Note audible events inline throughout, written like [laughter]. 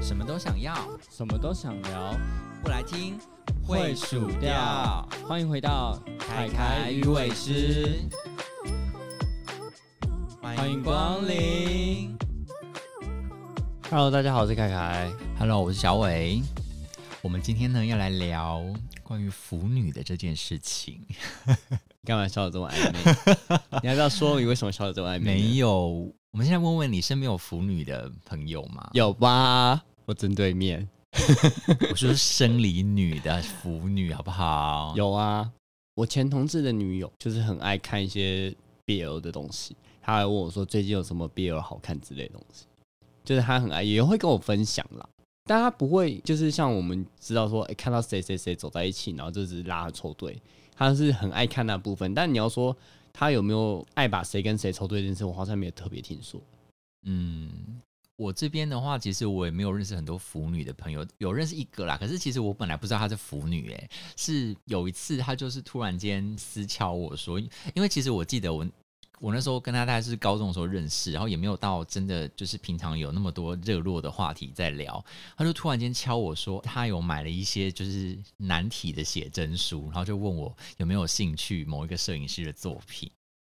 什么都想要，什么都想聊，不来听会数掉。欢迎回到凯凯与伟师，欢迎光临。 Hello，大家好，我是凯凯。 Hello，我是小伟。我们今天呢要来聊关于腐女的这件事情。干嘛笑得这么暧昧？你还不要说你为什么笑得这么暧昧？没，有，我们现在问问你身边有腐女的朋友吗？有吧？我正对面我说生理女的腐女，好不 [laughs] 好？有啊。我前同志的女友就是很爱看一些 BL 的东西，她还问我说最近有什么 BL 好看之类的东西，就是她很爱，也会跟我分享啦。但她不会就是像我们知道说，哎、看到谁谁谁走在一起，然后就是拉抽队，她是很爱看那部分。但你要说她有没有爱把谁跟谁抽对这件事，我好像没有特别听说。嗯，我这边的话，其实我也没有认识很多腐女的朋友，有认识一个啦。可是其实我本来不知道她是腐女、欸，是有一次她就是突然间私敲我说，因为其实我记得我。我那时候跟她大概是高中的时候认识，然后也没有到真的就是平常有那么多热络的话题在聊，她就突然间敲我说，她有买了一些就是男体的写真书，然后就问我有没有兴趣某一个摄影师的作品。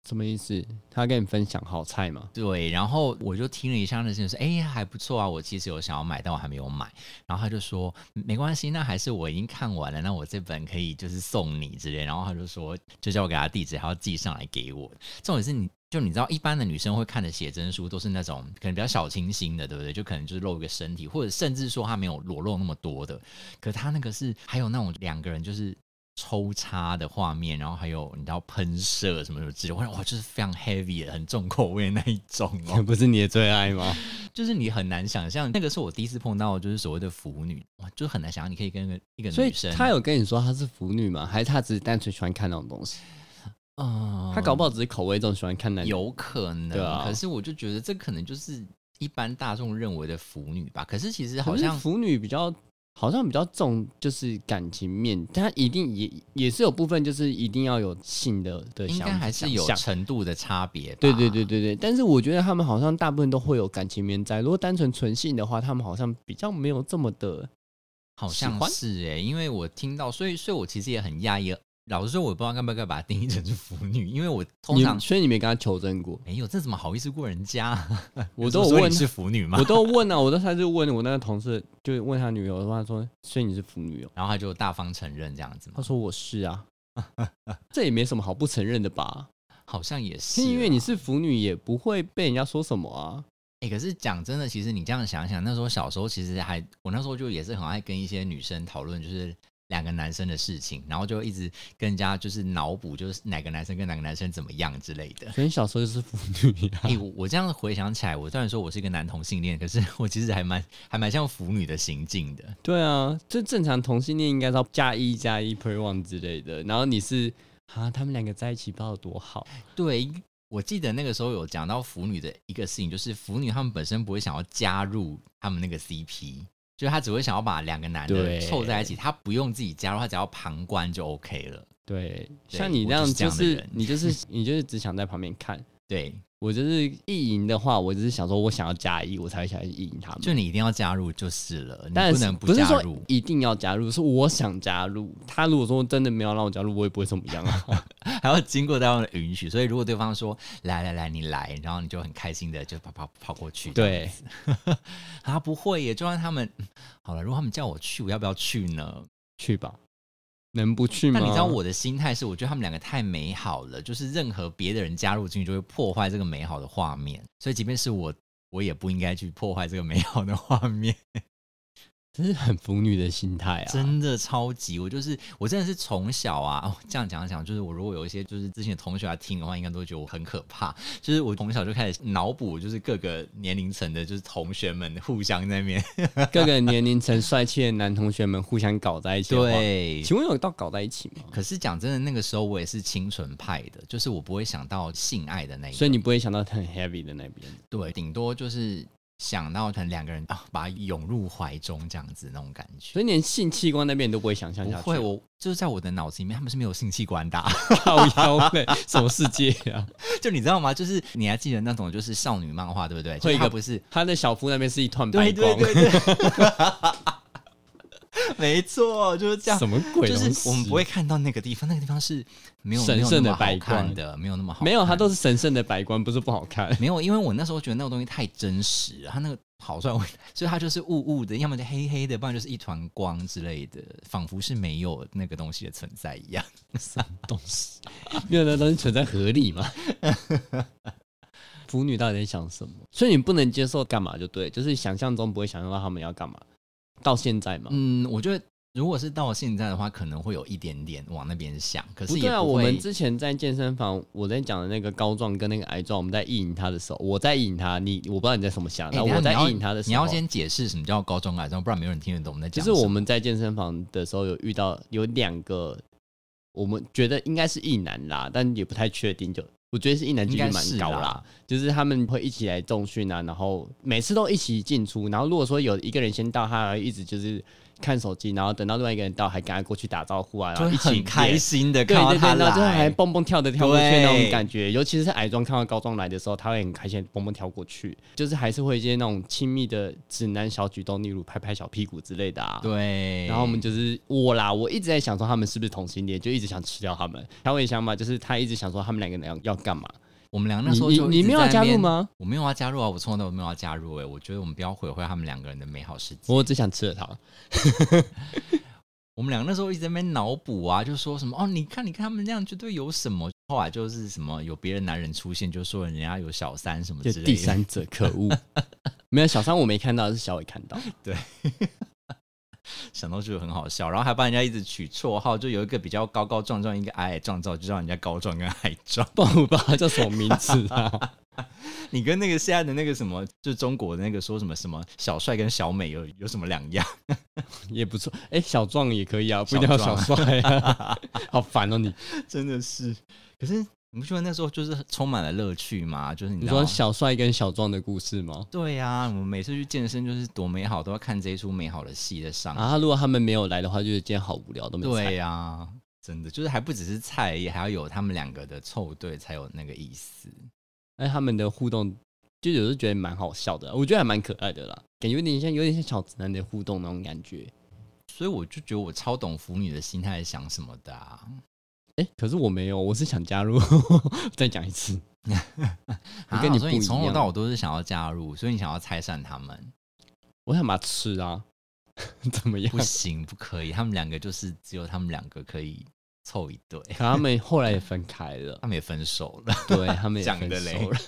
什么意思？她跟你分享好菜吗？对，然后我就听了一下那些人说，哎、还不错啊，我其实有想要买，但我还没有买。然后他就说没关系，那还是我已经看完了，那我这本可以就是送你之类。然后他就说，就叫我给他地址，还要寄上来给我。重点是你。就你知道，一般的女生会看的写真书都是那种可能比较小清新的，对不对？就可能就是露一个身体，或者甚至说她没有裸露那么多的。可她那个是还有那种两个人就是抽插的画面，然后还有你知道喷射什么什么之类，哇，哇就是非常 heavy 的很重口味的那一种哦。 [laughs] 嗯不是你的最爱吗？就是你很难想象，那个是我第一次碰到，就是所谓的腐女，哇，就很难想象你可以跟一个一个所以女生，啊她有跟你说她是腐女吗？还是她只是单纯喜欢看那种东西？嗯她搞不好只是口味重，喜欢看那有可能，对啊可是我就觉得这可能就是一般大众认为的腐女吧。可是其实好好像像腐女比较好像比较重就是感情面，她一定也也是有部分就是一定要有性的的应想该还是有想象程度的差别吧。对对对对对，但是我觉得他们好像大部分都会有感情面在。如果单纯纯性的话，他们好像比较没有这么的好喜像欢是哎、因为我听到，所以所以我其实也很讶异。老实说，我不知道该不该把它定义成是腐女，因为我通你常，所以你没跟他求证过没有，这怎么好意思问人家？ [laughs] 我都有说你问是腐女吗我？都问啊，我都上次问我那个同事，就问他女友的话说，所以你是腐女哦？然后他就大方承认这样子嘛他，说我是啊， [laughs] 这也没什么好不承认的吧？好像也是啊哦是啦，因为你是腐女，也不会被人家说什么啊。哎、可是讲真的，其实你这样想想，那时候小时候其实还，我那时候就也是很爱跟一些女生讨论，就是两个男生的事情，然后就一直跟人家就是脑补，就是哪个男生跟哪个男生怎么样之类的。所以你小时候就是腐女啊 [laughs] 哎、。我我这样回想起来，我虽然说我是一个男同性恋，可是 [laughs] 我其实还蛮还蛮像腐女的行径的。对啊，这正常同性恋应该是要加一加一 per one 之类的。然后你是啊，他们两个在一起不知道有多好。对，我记得那个时候有讲到腐女的一个事情，就是腐女她们本身不会想要加入他们那个 CP，就是她只会想要把两个男的对凑在一起，她不用自己加入，她只要旁观就 OK 了。对，对像你我这样就是这就样的是人你就是你就是只想在旁边看。对，我就是意淫的话，我只是想说我想要加一，我才会想去意淫他们。就你一定要加入就是了，你但不是能不是加说入。 [laughs] 一定要加入，是我想加入。他如果说真的没有让我加入，我也不会怎么样啊。 [laughs] 还要经过对方的允许。所以如果对方说来来来，你来，然后你就很开心的就跑跑跑过去。对， [laughs] 啊，不会耶，就让他们 [laughs] 嗯好了。如果他们叫我去，我要不要去呢？去吧，能不去吗？但你知道我的心态是，我觉得他们两个太美好了，就是任何别的人加入进去就会破坏这个美好的画面。所以即便是我，我也不应该去破坏这个美好的画面。真是很腐女的心态啊！真的超级，我就是我真的是从小啊， [laughs] 哦、这样讲讲，就是我如果有一些就是之前的同学来听的话，应该都会觉得我很可怕。就是我从小就开始脑补，就是各个年龄层的，就是同学们互相在那边各个年龄层帅气的男同学们互相搞在一起。，对。请问有到搞在一起吗？可是讲真的，那个时候我也是清纯派的，就是我不会想到性爱的那一所以你不会想到很 heavy 的那边。对，顶多就是想到可能两个人啊，把它涌入怀中这样子那种感觉。所以连性器官那边你都不会想象不下去，会，我就是在我的脑子里面，他们是没有性器官的啊、靠腰嘞，什么世界啊？就你知道吗？就是你还记得那种就是少女漫画对不对？会就一个它不是他的小腹那边是一团白对光对，对对， [laughs] 没错，就是这样。什么鬼就东西？是我们不会看到那个地方，那个地方是没有神没有圣的那么好白看光的，没有那么好看，没有，它都是神圣的白光，不是不好看。没有，因为我那时候觉得那个东西太真实了，它那个好帅， [laughs] 所以它就是雾雾的，要么就黑黑的，不然就是一团光之类的，仿佛是没有那个东西的存在一样。东西，没有那东西存在合理吗？腐女到底在想什么？所以你不能接受干嘛就对，就是想象中不会想象到他们要干嘛。到现在嘛，嗯，我觉得如果是到现在的话，可能会有一点点往那边想，可不是对也啊！不我会们之前在健身房，我在讲的那个膏状跟那个癌状，我们在意淫他的时候，我在意淫他，你我不知道你在什么想，哎啊等那一下我在你要意淫他的时候，你要先解释什么叫高中癌症，不然没有人听得懂我们在就讲是什么。我们在健身房的时候有遇到有两个，我们觉得应该是一男啦，但也不太确定就。我觉得是一男应几率该蛮是高啦，，就是他们会一起来重训啊，然后每次都一起进出，然后如果说有一个人先到，他还一直就是看手机，然后等到另外一个人到，还跟他过去打招呼啊，然就后会一起很开练心的对看到对他对，然来，后就是还蹦蹦跳的跳过去对那种感觉，尤其是矮装看到高中来的时候，他会很开心地蹦蹦跳过去，就是还是会有一些那种亲密的指南小举动，例如拍拍小屁股之类的啊。。对，然后我们就是我啦，我一直在想说他们是不是同性恋，就一直想吃掉他们。他会想嘛，就是他一直想说他们两个人要要干嘛？我们俩那你时候你就一你直没有在要那加入边？吗？我没有要加入啊，我从来都没有要加入哎、我觉得我们不要毁坏他们两个人的美好时间。我只想吃了他。我们俩那时候一直在那边脑补啊，就说什么哦，你看你看他们那样绝对有什么。后来就是什么有别的男人出现，就说人家有小三什么之就类的。第三者，可恶！ [laughs] 没有小三我没看到，是小伟看 [laughs] 到。想到就很好笑，然后还帮人家一直取绰号，就有一个比较高高壮壮，一个矮矮壮壮，就叫人家高壮跟矮壮。不然我不知道他叫什么名字啊？你跟那个现在的那个什么，就是中国的那个说什么什么小帅跟小美有有什么两样？也不错。哎、小壮也可以啊，不一定要小小壮 [laughs] 帅、啊。好烦哦、你！真的是，可是你不觉得那时候就是充满了乐趣吗？ [laughs] 就是你知你道说。小帅跟小壮的故事吗？对呀、我们每次去健身就是多美好，都要看这一出美好的戏的上。啊，如果他们没有来的话，就是今天好无聊，都没有对菜。呀、真的就是还不只是菜而已，也还要有他们两个的凑对才有那个意思。哎，他们的互动就有时候觉得蛮好笑的，我觉得还蛮可爱的啦，感觉有点像有点像小直男的互动那种感觉。所以我就觉得我超懂腐女的心态在想什么的、啊。哎、可是我没有，我是想加入。 [laughs] 再讲一次，我啊跟你所不以一你从头样到尾都是想要加入，所以你想要拆散他们，我想把它吃啊， [laughs] 怎么样不？行，不可以。他们两个就是只有他们两个可以凑一对，可他们后来也分开了，他们也分手了，对他们也讲分的嘞手了，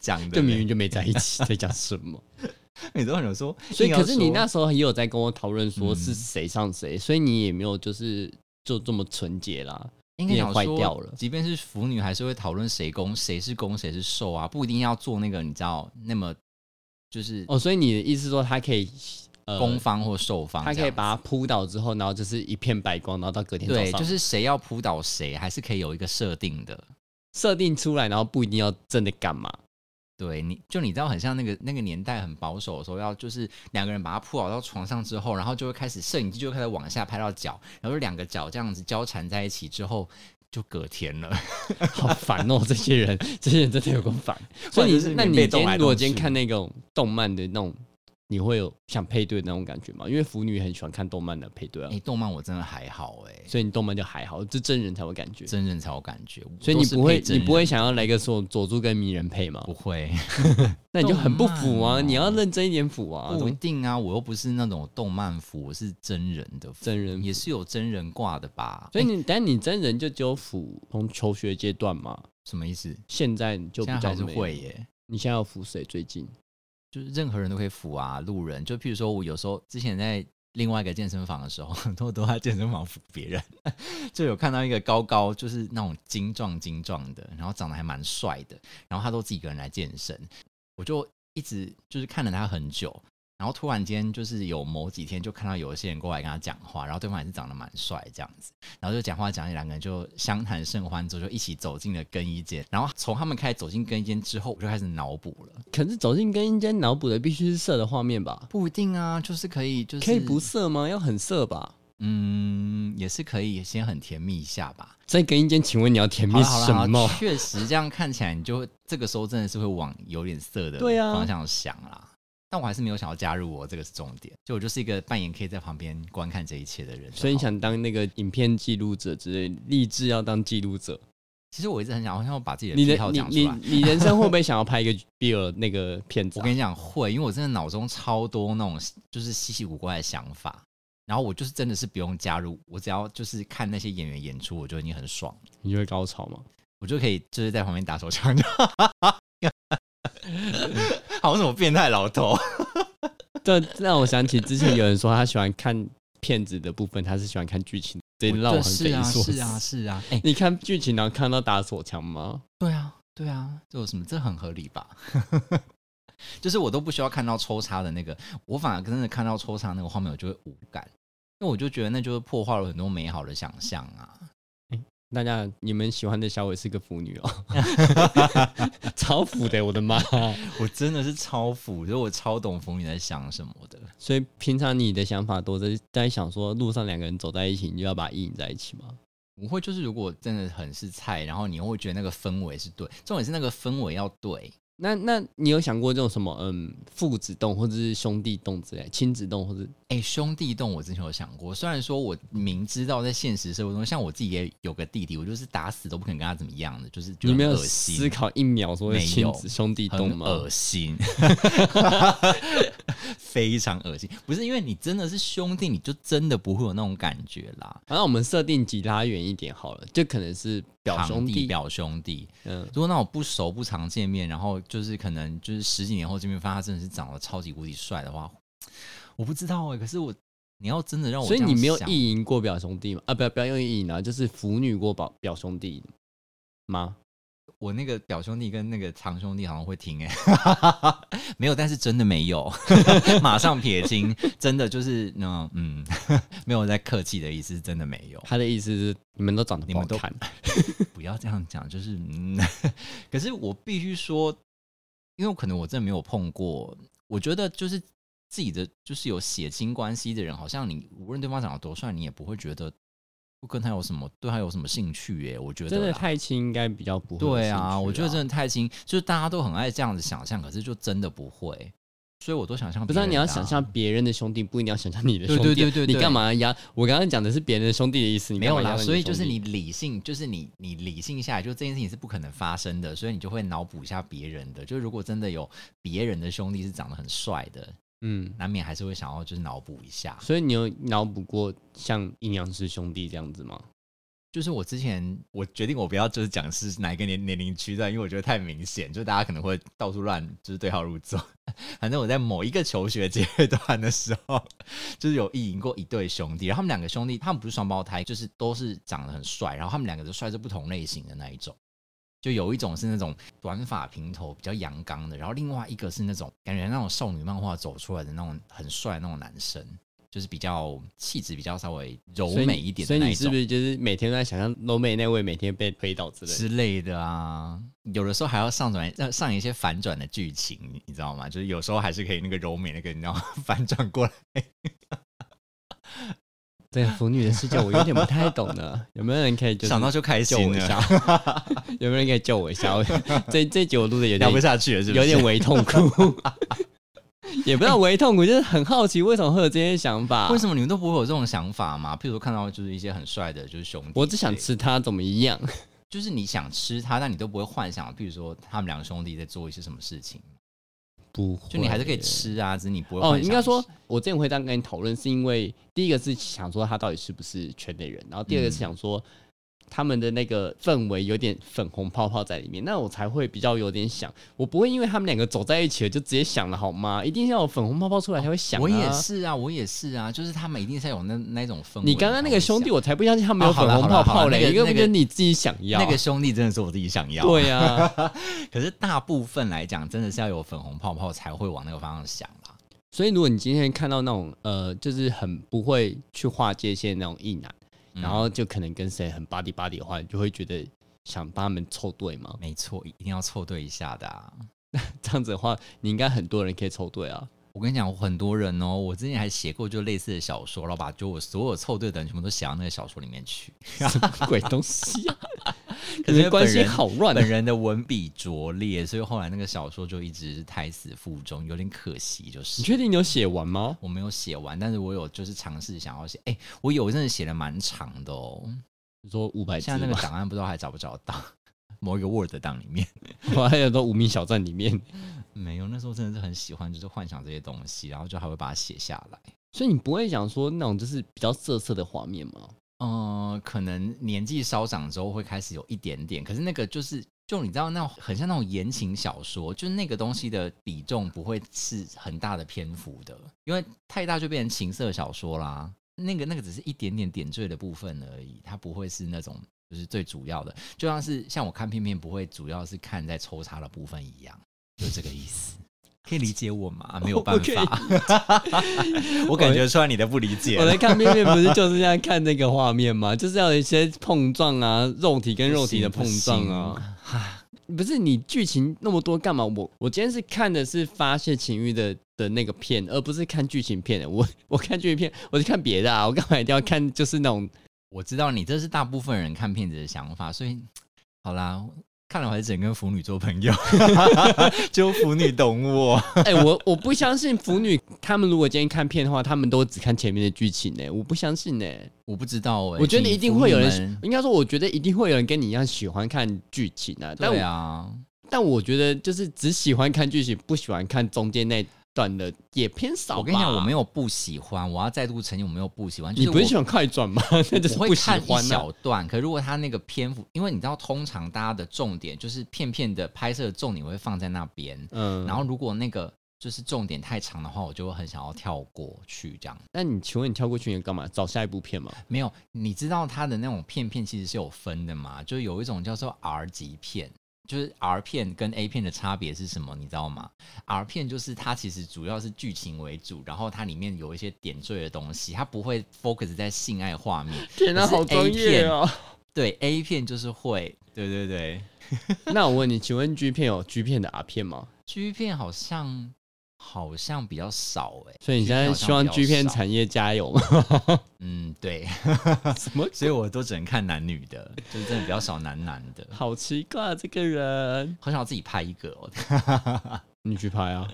讲的就明嘞明就没在一起，在讲什么？你都很有说，所以，硬要可是你说那时候也有在跟我讨论说嗯是谁上谁，所以你也没有就是就这么纯洁啦。应该也讲坏说掉了即便是腐女，还是会讨论谁攻谁是攻谁是受啊，不一定要做那个你知道那么就是哦，所以你的意思说他可以呃攻方或受方这他样子，可以把它扑倒之后，然后就是一片白光，然后到隔天早对，上，就是谁要扑倒谁，还是可以有一个设定的。设定出来，然后不一定要真的干嘛。 [laughs] 对，你就你知道，很像那个那个年代很保守的时候，要就是两个人把他扑倒到床上之后，然后就会开始摄影机就会开始往下拍到脚，然后就两个脚这样子交缠在一起之后，就隔天了。 [laughs] 好烦哦，这些人， [laughs] 这些人真的有够烦。所或以者你是那免你费今动来天如果动今天去看那种动漫的那种，你会有想配对的那种感觉吗？因为腐女很喜欢看动漫的配对啊哎、，动漫我真的还好哎、所以你动漫就还好，这真人才会感觉。真人才有感觉，所以我都你是不会配，真你人不会想要来个说佐助跟鸣人配吗不？ [laughs] 会。那你就很不服动啊！漫哦你要认真一点服啊！不一懂定啊，我又不是那种动漫服，我是真人的服，真人服，也是有真人挂的吧？所以诶你，但你真人就只有服从求学阶段嘛，什么意思？现在就现在比较还是没有会。耶，你现在要服谁？最近就是任何人都可以服啊，路人。就譬如说我有时候之前在另外一个健身房的时候， [laughs] 都都在健身房服别人，就有看到一个高高，就是那种精壮精壮的，然后长得还蛮帅的，然后他都自己一个人来健身，我就一直就是看了他很久。然后突然间就是有某几天就看到有一些人过来跟他讲话，然后对方也是长得蛮帅这样子，然后就讲话讲起来，两个人就相谈甚欢，之后就一起走进了更衣间。然后从他们开始走进更衣间之后，我就开始脑补了，可是走进更衣间脑补的必须是色的画面吧？不一定啊，就是可以，就是可以不色吗？要很色吧？嗯，也是可以先很甜蜜一下吧。在更衣间，请问你要甜好蜜了好什了好么了，？确实这样看起来，你就会这个时候真的是会往有点色的对啊方向想啦。但我还是没有想要加入我，这个是重点。就我就是一个扮演可以在旁边观看这一切的人就好。所以你想当那个影片记录者之类，立志要当记录者。其实我一直很想，我想要把自己的你癖的好你讲出你来。你人生会不会想要拍一个 BL 那个片子、我啊跟？你讲会，因为我真的脑中超多那种就是稀奇古怪的想法，然后我就是真的是不用加入，我只要就是看那些演员演出，我就已经很爽了，你就会高潮吗？我就可以就是在旁边打手枪， [laughs] 好像什么变态老头。这让我想起之前有人说他喜欢看片子的部分，他是喜欢看剧情，这让我很匪是夷啊，所思。是啊，是啊，哎、你看剧情然后看到打手枪吗？对啊，对啊，这有什么？这很合理吧？ [laughs] 就是我都不需要看到抽插的那个，我反而真的看到抽插那个画面，我就会无感，因为我就觉得那就是破坏了很多美好的想象啊。 [laughs] 大家你们喜欢的小伟是个腐女哦， [laughs] 超腐的，我的妈！我真的是超腐，所以我超懂腐女在想什么的。所以平常你的想法多在在想说路上两个人走在一起，你就要把它引在一起吗？我会就是，如果真的很是菜，然后你会觉得那个氛围是对，重点是那个氛围要对。那那你有想过这种什么嗯父子洞或者是兄弟洞之类亲子洞或者哎、兄弟洞，我之前有想过，虽然说我明知道在现实生活中，像我自己也有个弟弟，我就是打死都不肯跟他怎么样的，就是觉你得没有很恶心思考一秒说没有亲子兄弟洞很吗恶？心， [laughs] 非常恶心。不是因为你真的是兄弟，你就真的不会有那种感觉啦。然后我们设定级拉远一点好了，就可能是表堂兄弟、弟，表兄弟，嗯，如果那种不熟、不常见面，然后就是可能就是十几年后见面，发现他真的是长得超级无敌帅的话，我不知道哎、可是我，你要真的让我所这以样想，你没有意淫过表兄弟吗？啊，不要不要用意淫啊，就是腐女过表表兄弟吗？我那个表兄弟跟那个堂兄弟好像会听哎、 [laughs] 没有，但是真的没有， [laughs] 马上撇清，真的就是那嗯， [laughs] 没有在客气的意思，是真的没有。他的意思是你们都长得不你好们都看，不要这样讲，就是嗯， [laughs] 可是我必须说，因为可能我真的没有碰过，我觉得就是自己的就是有血亲关系的人，好像你无论对方长得多帅，你也不会觉得不跟他有什么对他有什么兴趣耶、我觉真得的啦。太亲应该比较不会有对兴啊，趣我觉得啦真的太轻，就是大家都很爱这样子想象，可是就真的不会，所以我都想象不别是啊、人的啊、你要想象别人的兄弟，不一定要想象你的兄弟啊。对对对对对你干嘛压？我刚刚讲的是别人的兄弟的意思，你没干嘛有压啦，到所的以就是兄弟你理性，就是你你理性下来，就这件事情是不可能发生的，所以你就会脑补一下别人的。就如果真的有别人的兄弟是长得很帅的，嗯，难免还是会想要就是脑补一下。所以你有脑补过像阴阳师兄弟这样子吗？就是我之前我决定我不要就是讲是哪一个年年龄区段，因为我觉得太明显，就大家可能会到处乱就是对号入座。 [laughs] 反正我在某一个求学阶段的时候，就是有意淫过一对兄弟，然后他们两个兄弟他们不是双胞胎，就是都是长得很帅，然后他们两个都帅是不同类型的那一种。就有一种是那种短发平头比较阳刚的，然后另外一个是那种感觉那种少女漫画走出来的那种很帅的那种男生，就是比较气质比较稍微柔所以你美一点所的以那你一是种不。是就是每天都在想象柔美那位每天被推倒之类的？之类的啊，有的时候还要上转要上一些反转的剧情，你你知道吗？就是有时候还是可以那个柔美那个，你知道吗 [laughs] 反转过来。对腐女的视角我有点不太懂呢，有没有人可以就是想到就开救我心一下了，？ [laughs] 有没有人可以救我一下？我这这集我录的有聊点不下去了，是不有是？点为痛苦， [laughs] 也不知道为痛苦，就是很好奇为什么会有这些想法。为什么你们都不会有这种想法嘛？譬如说看到就是一些很帅的，就是兄弟，我只想，吃它，怎么一样？就是你想吃他，但你都不会幻想，譬如说他们两个兄弟在做一些什么事情，不会，就你还是可以。吃啊，只是你不会幻哦，想应该说，我之前会这样跟你讨论，是因为第一个是想说他到底是不是圈内人，然后第二个是想嗯说他们的那个氛围有点粉红泡泡在里面，那我才会比较有点想，我不会因为他们两个走在一起了就直接想了好吗？一定要有粉红泡泡出来才会想、啊我也，是啊，我也是啊，就是他们一定是要有那那种氛围。你刚刚那个兄弟，我才不相信他们有哦好粉啦红好泡啦好泡啦那嘞，个一个不那个就是你自己想要那个兄弟真的是我自己想要，对呀、 [laughs] 啊，可是大部分来讲，真的是要有粉红泡泡才会往那个方向想啦。所以如果你今天看到那种呃，就是很不会去划界限那种异男，嗯然后就可能跟谁很 body body 的话，你就会觉得想帮他们凑对吗？ [laughs] 没错，一定要凑对一下的、啊。这样子的话，你应该很多人可以凑对 [laughs] 啊。我跟你讲，我很多人哦，我之前还写过就类似的小说，然后把就我所有凑对的人全部都写到那个小说里面 [laughs] 去。什么鬼东西啊？可你是们关系本人好乱啊本！人的文笔拙劣，所以后来那个小说就一直胎死腹中，有点可惜。就你是确定你有写完吗？我没有写完，但是我有就是尝试想要写。哎、我有一阵子写的蛮长的哦，你说五百字现在那个吗？档案不知道还找不找得到，某一个 Word 档里面。我 [laughs] 还想说无名小站里面，没有，那时候真的是很喜欢，就是幻想这些东西，然后就还会把它写下来。所以你不会想说那种就是比较色色的画面吗？呃，可能年纪稍长之后会开始有一点点，可是那个就是，就你知道那种很像那种言情小说，就是那个东西的比重不会是很大的篇幅的，因为太大就变成情色小说啦。那个那个只是一点点点缀的部分而已，它不会是那种就是最主要的，就像是像我看片片不会主要是看在抽插的部分一样，就这个意思。可以理解我吗？啊没有办法，我感觉出来你的不理解我来看面面不是就是在看那个画面吗？ [laughs] 就是要有一些碰撞啊，肉体跟肉体的碰撞啊。啊。不是你剧情那么多干嘛？我我今天是看的是发泄情欲的的那个片，而不是看剧情片。我我看剧情片，我是看别的啊。我干嘛一定要看就是 [laughs] 那种我知道你这是大部分人看片子的想法，所以好啦，看了我还是只能跟腐女做朋友， [laughs] 就腐女懂我。哎、我我不相信腐女，她们如果今天看片的话，她们都只看前面的剧情呢、我不相信呢、我不知道、欸，我觉得请一定会有人腐女喜们，应该说，我觉得一定会有人跟你一样喜欢看剧情啊。但对我啊，但我觉得就是只喜欢看剧情，不喜欢看中间那段的也偏少吧。我跟你讲，我没有，有不喜欢，我要再度承认我没有不喜欢，就你是不是我喜欢快转吗？那就是我 [laughs] 不会喜看一欢、啊。小段，可如果他那个篇幅，因为你知道，通常大家的重点就是片片的拍摄的重点会放在那边，嗯，然后如果那个就是重点太长的话，我就会很想要跳过去这样。那你请问你跳过去你干嘛？找下一部片吗？没有，你知道它的那种片片其实是有分的嘛？就是有一种叫做 R 级片，就是 R 片跟 A 片的差别是什么？你知道吗？R 片就是它其实主要是剧情为主，然后它里面有一些点缀的东西，它不会 focus 在性爱画面。 [laughs] 天哪好专业哦！对 A 片就是会，对对对那我问你，请问 G 片有 G 片的 R 片吗？ ，G 片好像好像比较少哎、所以你现在希望 G 片产业加 [laughs] 油吗？嗯对，什么所以我都只能看男女的，就是真的比较少男男的，好奇怪、啊，这个人。很少自己拍一个哦。 [laughs] 你去拍啊？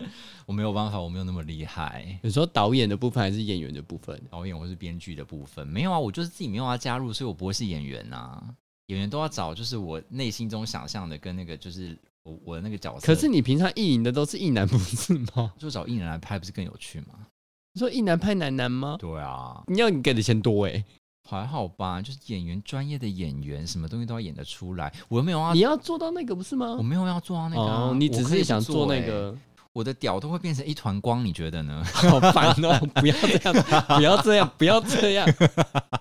我没有办法，我没有那么厉害。你说导演的部分还是演员的部分？导演或是编剧的部分没有啊，我就是自己没有要加入，所以我不会是演员啊。演员都要找就是我内心中想象的跟那个就是我我的那个角色。可是你平常意淫的都是意男，不是吗？就找艺人来拍，不是更有趣吗？你说意男拍男男吗？对啊，你要你给的钱多哎、还好吧，就是演员专业的演员，什么东西都要演得出来。我又没有要你，要做到那个不是啊我吗？没有要做到那个啊、哦，你只我可以是不想做那欸个， [laughs] 我的屌都会变成一团光，你觉得呢？ [laughs] 好烦哦！ [laughs] 不要这样，不要这样， [laughs] 不要这样，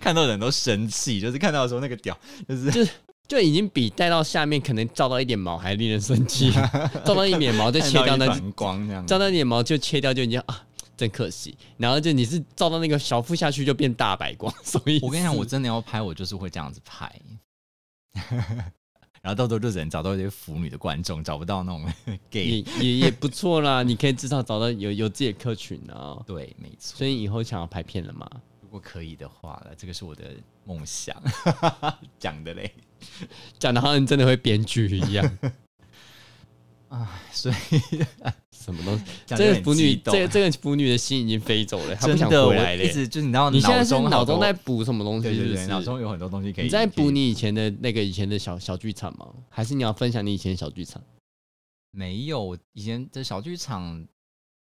看到人都生气，就是看到的时候那个屌就是就已经比带到下面可能照到一点毛还令人生 [laughs] 气，照到一点毛就看切到掉一那团光这样子照。到你的毛就切掉，就已经啊，真可惜。然后就你是照到那个小腹下去就变大白光，所以我跟你讲，我真的要拍，我就是会这样子拍。 [laughs] 然后到时候就只能找到一些腐女的观众，找不到那 [laughs] 种也 gay。也也不错啦， [laughs] 你可以至少找到有有自己的客群啊。对，没错。所以以后想要拍片了吗？如果可以的话了，这个是我的梦想。 [laughs] 讲的嘞，讲的好像你真的会编剧一样，所以什么东西？讲得这个很腐女，激动这个这个腐女的心已经飞走 [laughs] 了，她不真想的我回来了一。直就你知道，你现在是中脑脑中在补什么东西？对是对不对，是脑中有很多东西可以。你在可以补？你以前的那个以前的小小剧场吗？还是你要分享你以前的小剧 [laughs] 场？没有，我以前的小剧场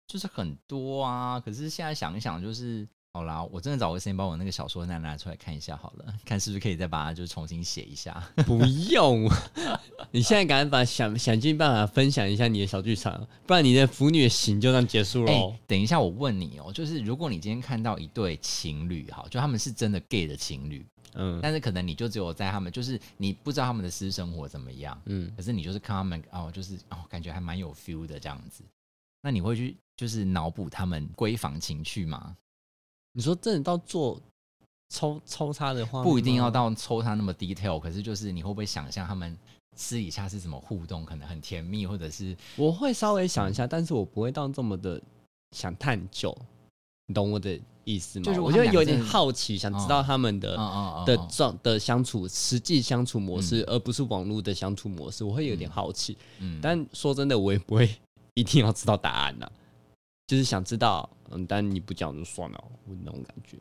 就是很多啊，可是现在想一想，就是好啦，我真的找个时间把我那个小说再拿出来看一下好了，看是不是可以再把它就是重新写一下。不用， [laughs] 你现在赶紧把想想尽办法分享一下你的小剧场，不然你的腐女的行就这样结束哎、喽。等一下，我问你哦，就是如果你今天看到一对情侣，好，就他们是真的 gay 的情侣，嗯但是可能你就只有在他们，就是你不知道他们的私生活怎么样，嗯，可是你就是看他们哦，就是哦，感觉还蛮有 feel 的这样子，那你会去就是脑补他们闺房情趣吗？你说真的到做抽抽插的话，不一定要。到抽他那么 detail，可是就是你会不会想象他们私底下是怎么互动？可能很甜蜜，或者是我会稍微想一下，但是我不会到这么的想探究，你懂我的意思吗？就是如果我他就们有两点个人好奇，想知道他们的、嗯嗯嗯呃的嗯状的相处实际相处模式，而不是网络的相处模式，我会有点嗯好奇。嗯但说真的，我也不会一定要知道答案呐、啊就是想知道，嗯，但你不讲就算了，我那种感觉。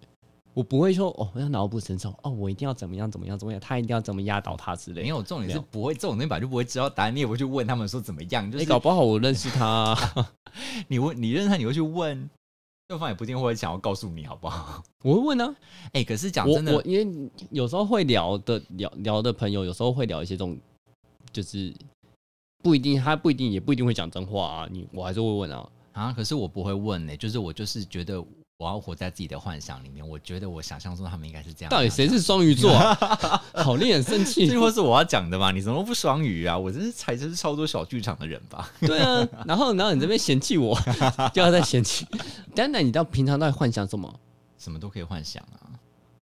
我不会说哦，我要脑补神兽哦，我一定要怎么样怎么样怎么样，他一定要怎么压倒他之没类的。有重点没是有不会这种东西本来就不会知道答案，你也不会去问他们说怎么样，就你、是搞不好我认识他啊、 [laughs] 你问你认识他，你会去问对方也不一定会想要告诉你，好不 [laughs] 好？我会问啊。哎、可是讲我真的我，因为有时候会聊的聊聊的朋友，有时候会聊一些这种，就是不一定他不一定也不一定会讲真话啊，你我还是会问啊。啊，可是我不会问呢、就是我就是觉得我要活在自己的幻想里面，我觉得我想象中他们应该是这样。到底谁是双鱼座、啊？ [laughs] 好令人生气。这或是我要讲的吧？你怎么不双鱼啊？我真是才真是超多小剧场的人吧？对啊，然后然后你这边嫌弃我， [laughs] 就要再嫌弃。丹丹，你到平常到底幻想什么？什么都可以幻想啊。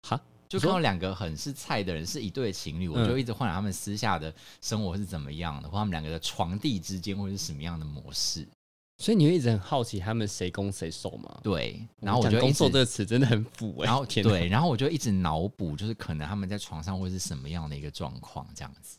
哈，嗯就看到两个很是菜的人是一对情侣，我就一直幻想他们私下的生活是怎么样的，或他们两个的床地之间会是什么样的模式。所以你会一直很好奇他们谁攻谁受吗？对，然后我讲就一攻受直这个词真的很腐哎、然后 [laughs] 天哪，对，然后我就一直脑补，就是可能他们在床上会是什么样的一个状况，这样子。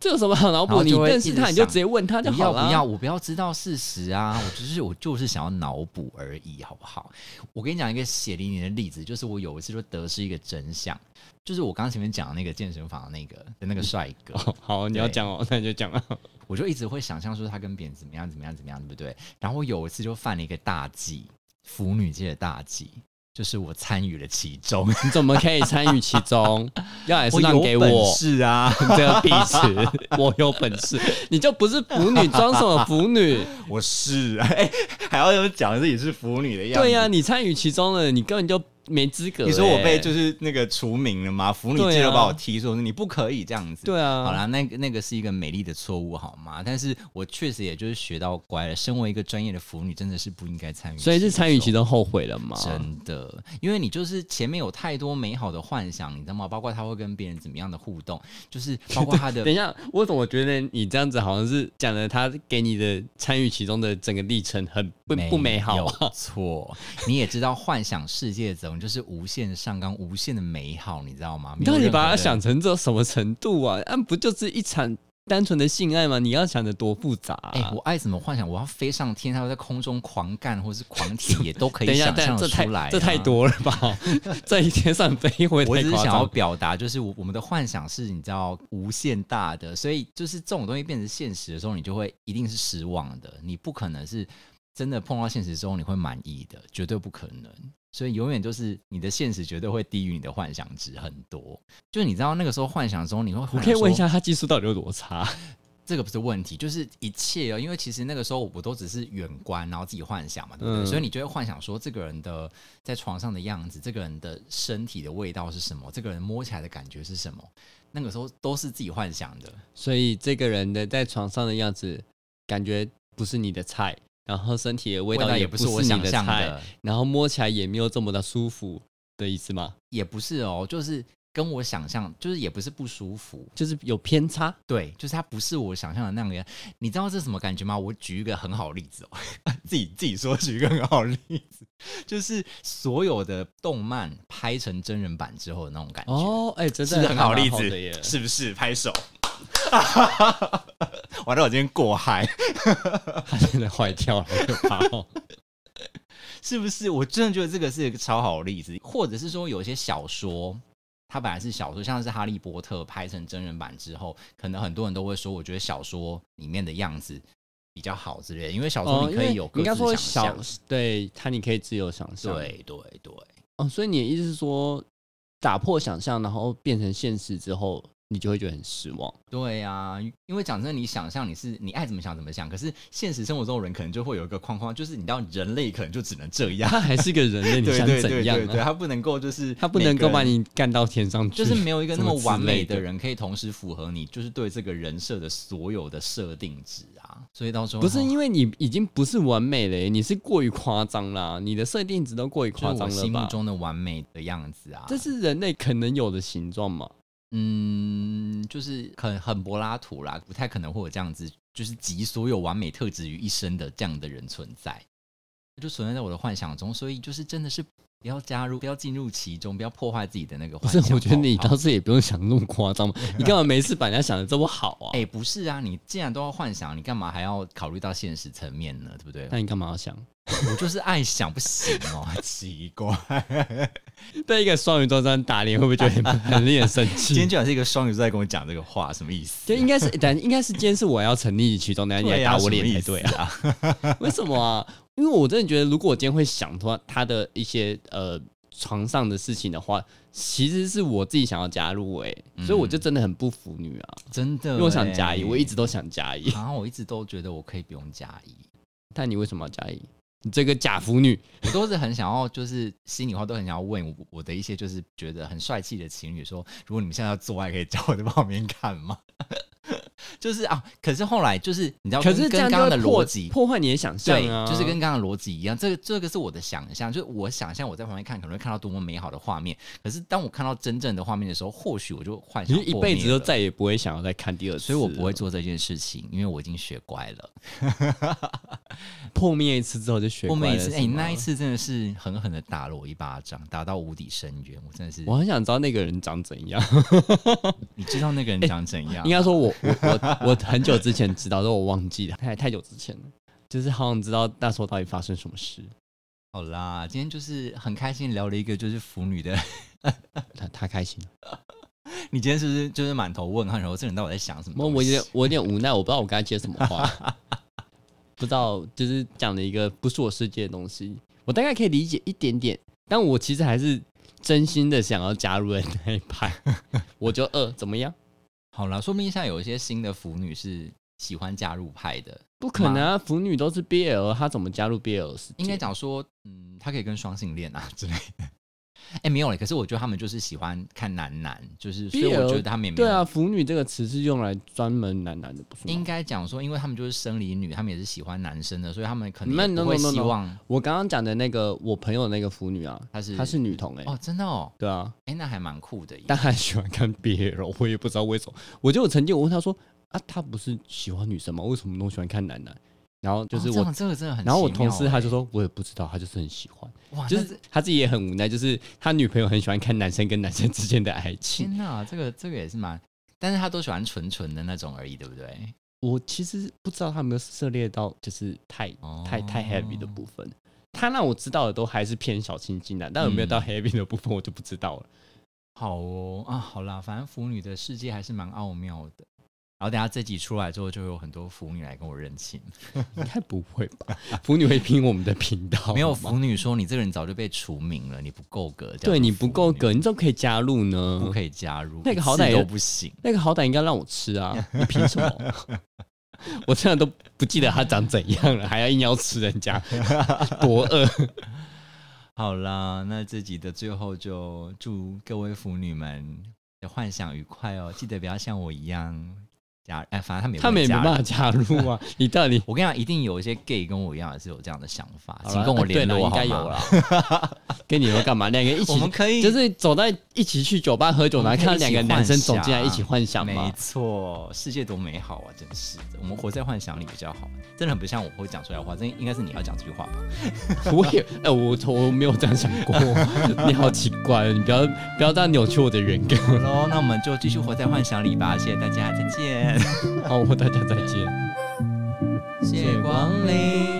这有什么好脑然补？后你就会认识一直他你就想直接问他就不好要了。不要，我不要知道事实啊！我只是我就是想要脑补而已，好不好？我跟你讲一个血淋淋的例子，就是我有一次就得知一个真相，就是我刚前面讲的那个健身房的那个的那个帅 [laughs] 哥，哦好，你要对讲哦，那你就讲啊。我就一直会想象说他跟别人怎么样怎么样怎么样，对不对？然后我有一次就犯了一个大忌，腐女界的大忌，就是我参与了其中， [laughs] 你怎么可以参与其中？要也是让有给本我。事啊！这个必死， [laughs] 我有本事，你就不是腐女，装什么腐 [laughs] 女？ [laughs] 我是啊，哎、还要讲自己是腐女的样子。对呀、你参与其中了，你根本就没资格欸、你说我被就是那个除名了吗？腐女界对啊都把我踢说你不可以这样子。对啊，好啦，那个那个是一个美丽的错误，好吗？但是我确实也就是学到乖了。身为一个专业的腐女，真的是不应该参与，所以是参与其。中后悔了吗？真的，因为你就是前面有太多美好的幻想，你知道吗？包括他会跟别人怎么样的互动， [laughs] 就是包括他的等一下，我怎么觉得你这样子好像是讲了他给你的参与其中的整个历程很不不美好啊？有错， [laughs] 你也知道幻想世界总就是无限上纲、无限的美好，你知道吗？你到没有底任何把它的想成这什么程度啊？啊，不就是一场单纯的性爱吗？你要想的多复杂、啊？哎、我爱怎么幻想？我要飞上天，还要在空中狂干，或是狂 [laughs] 舔，也都可等以一下，想但象这得太出来、啊这太。多了 [laughs] 吧？ [laughs] 这一天上飞回我太只是夸想要张。表达，就是我我们的幻想是你知道无限大的，所以就是这种东西变成现实的时候，你就会一定是失望的，你不可能是真的碰到现实中你会满意的，绝对不可能。所以永远就是你的现实绝对会低于你的幻想值很多。就你知道那个时候幻想中，你会我我可以问一下，他技术到底有多差？ [laughs] 这个不是问题，就是一切哦。因为其实那个时候我都只是远观，然后自己幻想嘛，对不对？嗯所以你就会幻想说，这个人的在床上的样子，这个人的身体的味道是什么，这个人摸起来的感觉是什么。那个时候都是自己幻想的，所以这个人的在床上的样子，感觉不是你的菜，然后身体的味道也不是我你想的象菜，的，然后摸起来也没有这么的舒服的意思吗？也不是哦，就是跟我想象，就是也不是不舒服，就是有偏差，对，就是它不是我想象的那个样。你知道这是什么感觉吗？我举一个很好的例子哦， [laughs] 自己自己说举一个很好的例子，就是所有的动漫拍成真人版之后的那种感觉，哦，哎、真是的不是很还好蛮的例好的子耶？ [laughs] 是不是？拍手。 [laughs] 玩到我今天过嗨，他真的坏掉了，好可怕哦！是不是？我真的觉得这个是一个超好的例子，或者是说有一些小说，它本来是小说，像是《哈利波特》拍成真人版之后，可能很多人都会说，我觉得小说里面的样子比较 [laughs] 好之类的，因为小说哦，你可以有因为各应该自说想小象。对他，你可以自由想象。对对对，哦，所以你的意思是说，打破想象，然后变成现实之后，你就会觉得很失望。对啊，因为讲真的，你想象你是你爱怎么想怎么想，可是现实生活中的人可能就会有一个框框，就是你知道人类可能就只能这样。他还是个人 [laughs] [laughs] 类，你对想对怎对样对对，啊？他不能够就是他不能够把每个人。你干到天上去，就是没有一个那么完美什么之类的的人可以同时符合你，就是对这个人设的所有的设定值啊。啦，所以到时候不是因为你已经不是完美了耶，你是过于夸张啦，你的设定值都过于就是夸我张了心目吧？嗯中的完美的样子啊，这是人类可能有的形状嘛？嗯，就是很很柏拉图啦，不太可能会有这样子，就是集所有完美特质于一身的这样的人存在，就存在在我的幻想中，所以就是真的是不要加入，不要进入其中，不要破坏自己的那个不幻是想。，我觉得你好不好倒是也不用想那么 [laughs] 夸张嘛，你干嘛每次把人家想的这么好啊？哎、不是啊，你既然都要幻想，你干嘛还要考虑到现实层面呢？对不对？那你干嘛要想？ [laughs] 我就是爱想，不行哦， [laughs] 奇怪。 [laughs] 被一个双鱼座这样打脸，会不会觉得很很令人生今天气？居然是一个双鱼座在跟我讲这个话，什么意思？就应该是， [laughs] 但应该是今天是我要沉溺其中，等下你来打我脸才对啊？啊！ [laughs] 为什么啊？因为我真的觉得，如果我今天会想他他的一些呃床上的事情的话，其实是我自己想要加入哎、所以我就真的很不服女啊，真的欸，因为我想加一，我一直都想加一，然后我一直都觉得我可以不用加一，但你为什么要加一？你这个假腐女，我都是很想要，就是心里话都很想要问我我的一些就是觉得很帅气的情侣说，如果你们现在要做爱，可以叫我在旁边看吗？ [laughs] 就是啊，可是后来就是你知道，哦可跟是这跟样刚刚就会的逻破辑。破坏你的想象对，啊，就是跟刚刚的逻辑一样，这个这个是我的想象，就是我想象我在旁边看，可能会看到多么美好的画面。可是当我看到真正的画面的时候，或许我就幻你想是一破辈灭子都啊了再也不会想要再看第二次了，所以我不会做这件事情，因为我已经学乖了。破灭一次之后就学我乖了每次哎、是吗那一次真的是狠狠的打了我一巴掌，打到无底深渊。我真的是，我很想知道那个人长怎样。你知道那个人哎长怎样？应该说我，我我我很久之前知道，但我忘记了，太太久之前了。就是好想知道那时候到底发生什么事。好啦，今天就是很开心聊了一个就是腐女的。 [laughs] 他他开心了，你今天是不是就是满头问号，然后这个人到底在想什么我东西？我有点我有点无奈，我不知道我该接什么 [laughs] 话，不知道就是讲了一个不是我世界的东西，我大概可以理解一点点，但我其实还是真心的想要加入的那一 [laughs] 派。我就呃怎么样？好啦，说不定现在有一些新的腐女是喜欢加入派的，不可能啊，腐女都是 BL，她怎么加入 BL 世界？应该讲说，嗯，她可以跟双性恋啊 [laughs] 之类的。哎、没有嘞，可是我觉得他们就是喜欢看男男，就是所以我 BL 觉得他们也没有对啊，腐女这个词是用来专门男男的，不是吗？应该讲说，因为他们就是生理女，他们也是喜欢男生的，所以他们可那能也 no, 不会 no, no, no 希望我刚刚讲的那个我朋友那个腐女啊，她是她是女童哎、哦，真的哦，对啊，哎、那还蛮酷的耶。但她很喜欢看 BL，我也不知道为什么。我就有曾经我问她说啊，她不是喜欢女生吗？为什么都喜欢看男男？然后就是哦我，这样这个真的很奇妙耶，然后我同事他就说，我也不知道，他就是很喜欢，哇，就就是是他自己也很无奈，就是他女朋友很喜欢看男生跟男生之间的爱情。天哪，这个这个也是蛮，但是他都喜欢纯纯的那种而已，对不对？我其实不知道他有没有涉猎到，就是太哦太太 heavy 的部分。他让我知道的都还是偏小清新的，但有没有到嗯 heavy 的部分我就不知道了。好哦啊，好啦，反正腐女的世界还是蛮奥妙的。然后等下这集出来之后，就会有很多腐女来跟我认亲。应该不会吧？腐女会听我们的频道吗，没有腐女说你这个人早就被除名了，你不够格。叫做对你不腐够女，格，你怎么可以加入呢不？可以加入，那个一好次歹也都不行。那个好歹应该让我吃啊！你凭什么？ [laughs] 我现在都不记得他长怎样了，还要硬要吃人家，多 [laughs] 饿！好啦，那这集的最后就祝各位腐女们的幻想愉快哦！记得不要像我一样加，哎，反正他们也他们也也没办法加入啊！你到底我跟你讲，一定有一些 gay 跟我一样也是有这样的想法，好啦哎请跟我联啊对络啦 [laughs] 应好该有吗？啦。跟你们干嘛？两个一我起们可以就是走到一起去酒吧喝酒，然后看到两个男生走进来一起幻想没嘛。错，世界多美好啊！真是的，我们活在幻想里比较好。真的很不像我会讲出来的话，真应该是你要讲这句话吧？我也哎、我我没有这样想过， [laughs] 你好奇怪，你不要不要这样扭曲我的人格。 [laughs] 好喽，那我们就继续活在幻想里吧。谢谢大家，再见，好，大家再见。谢谢光临。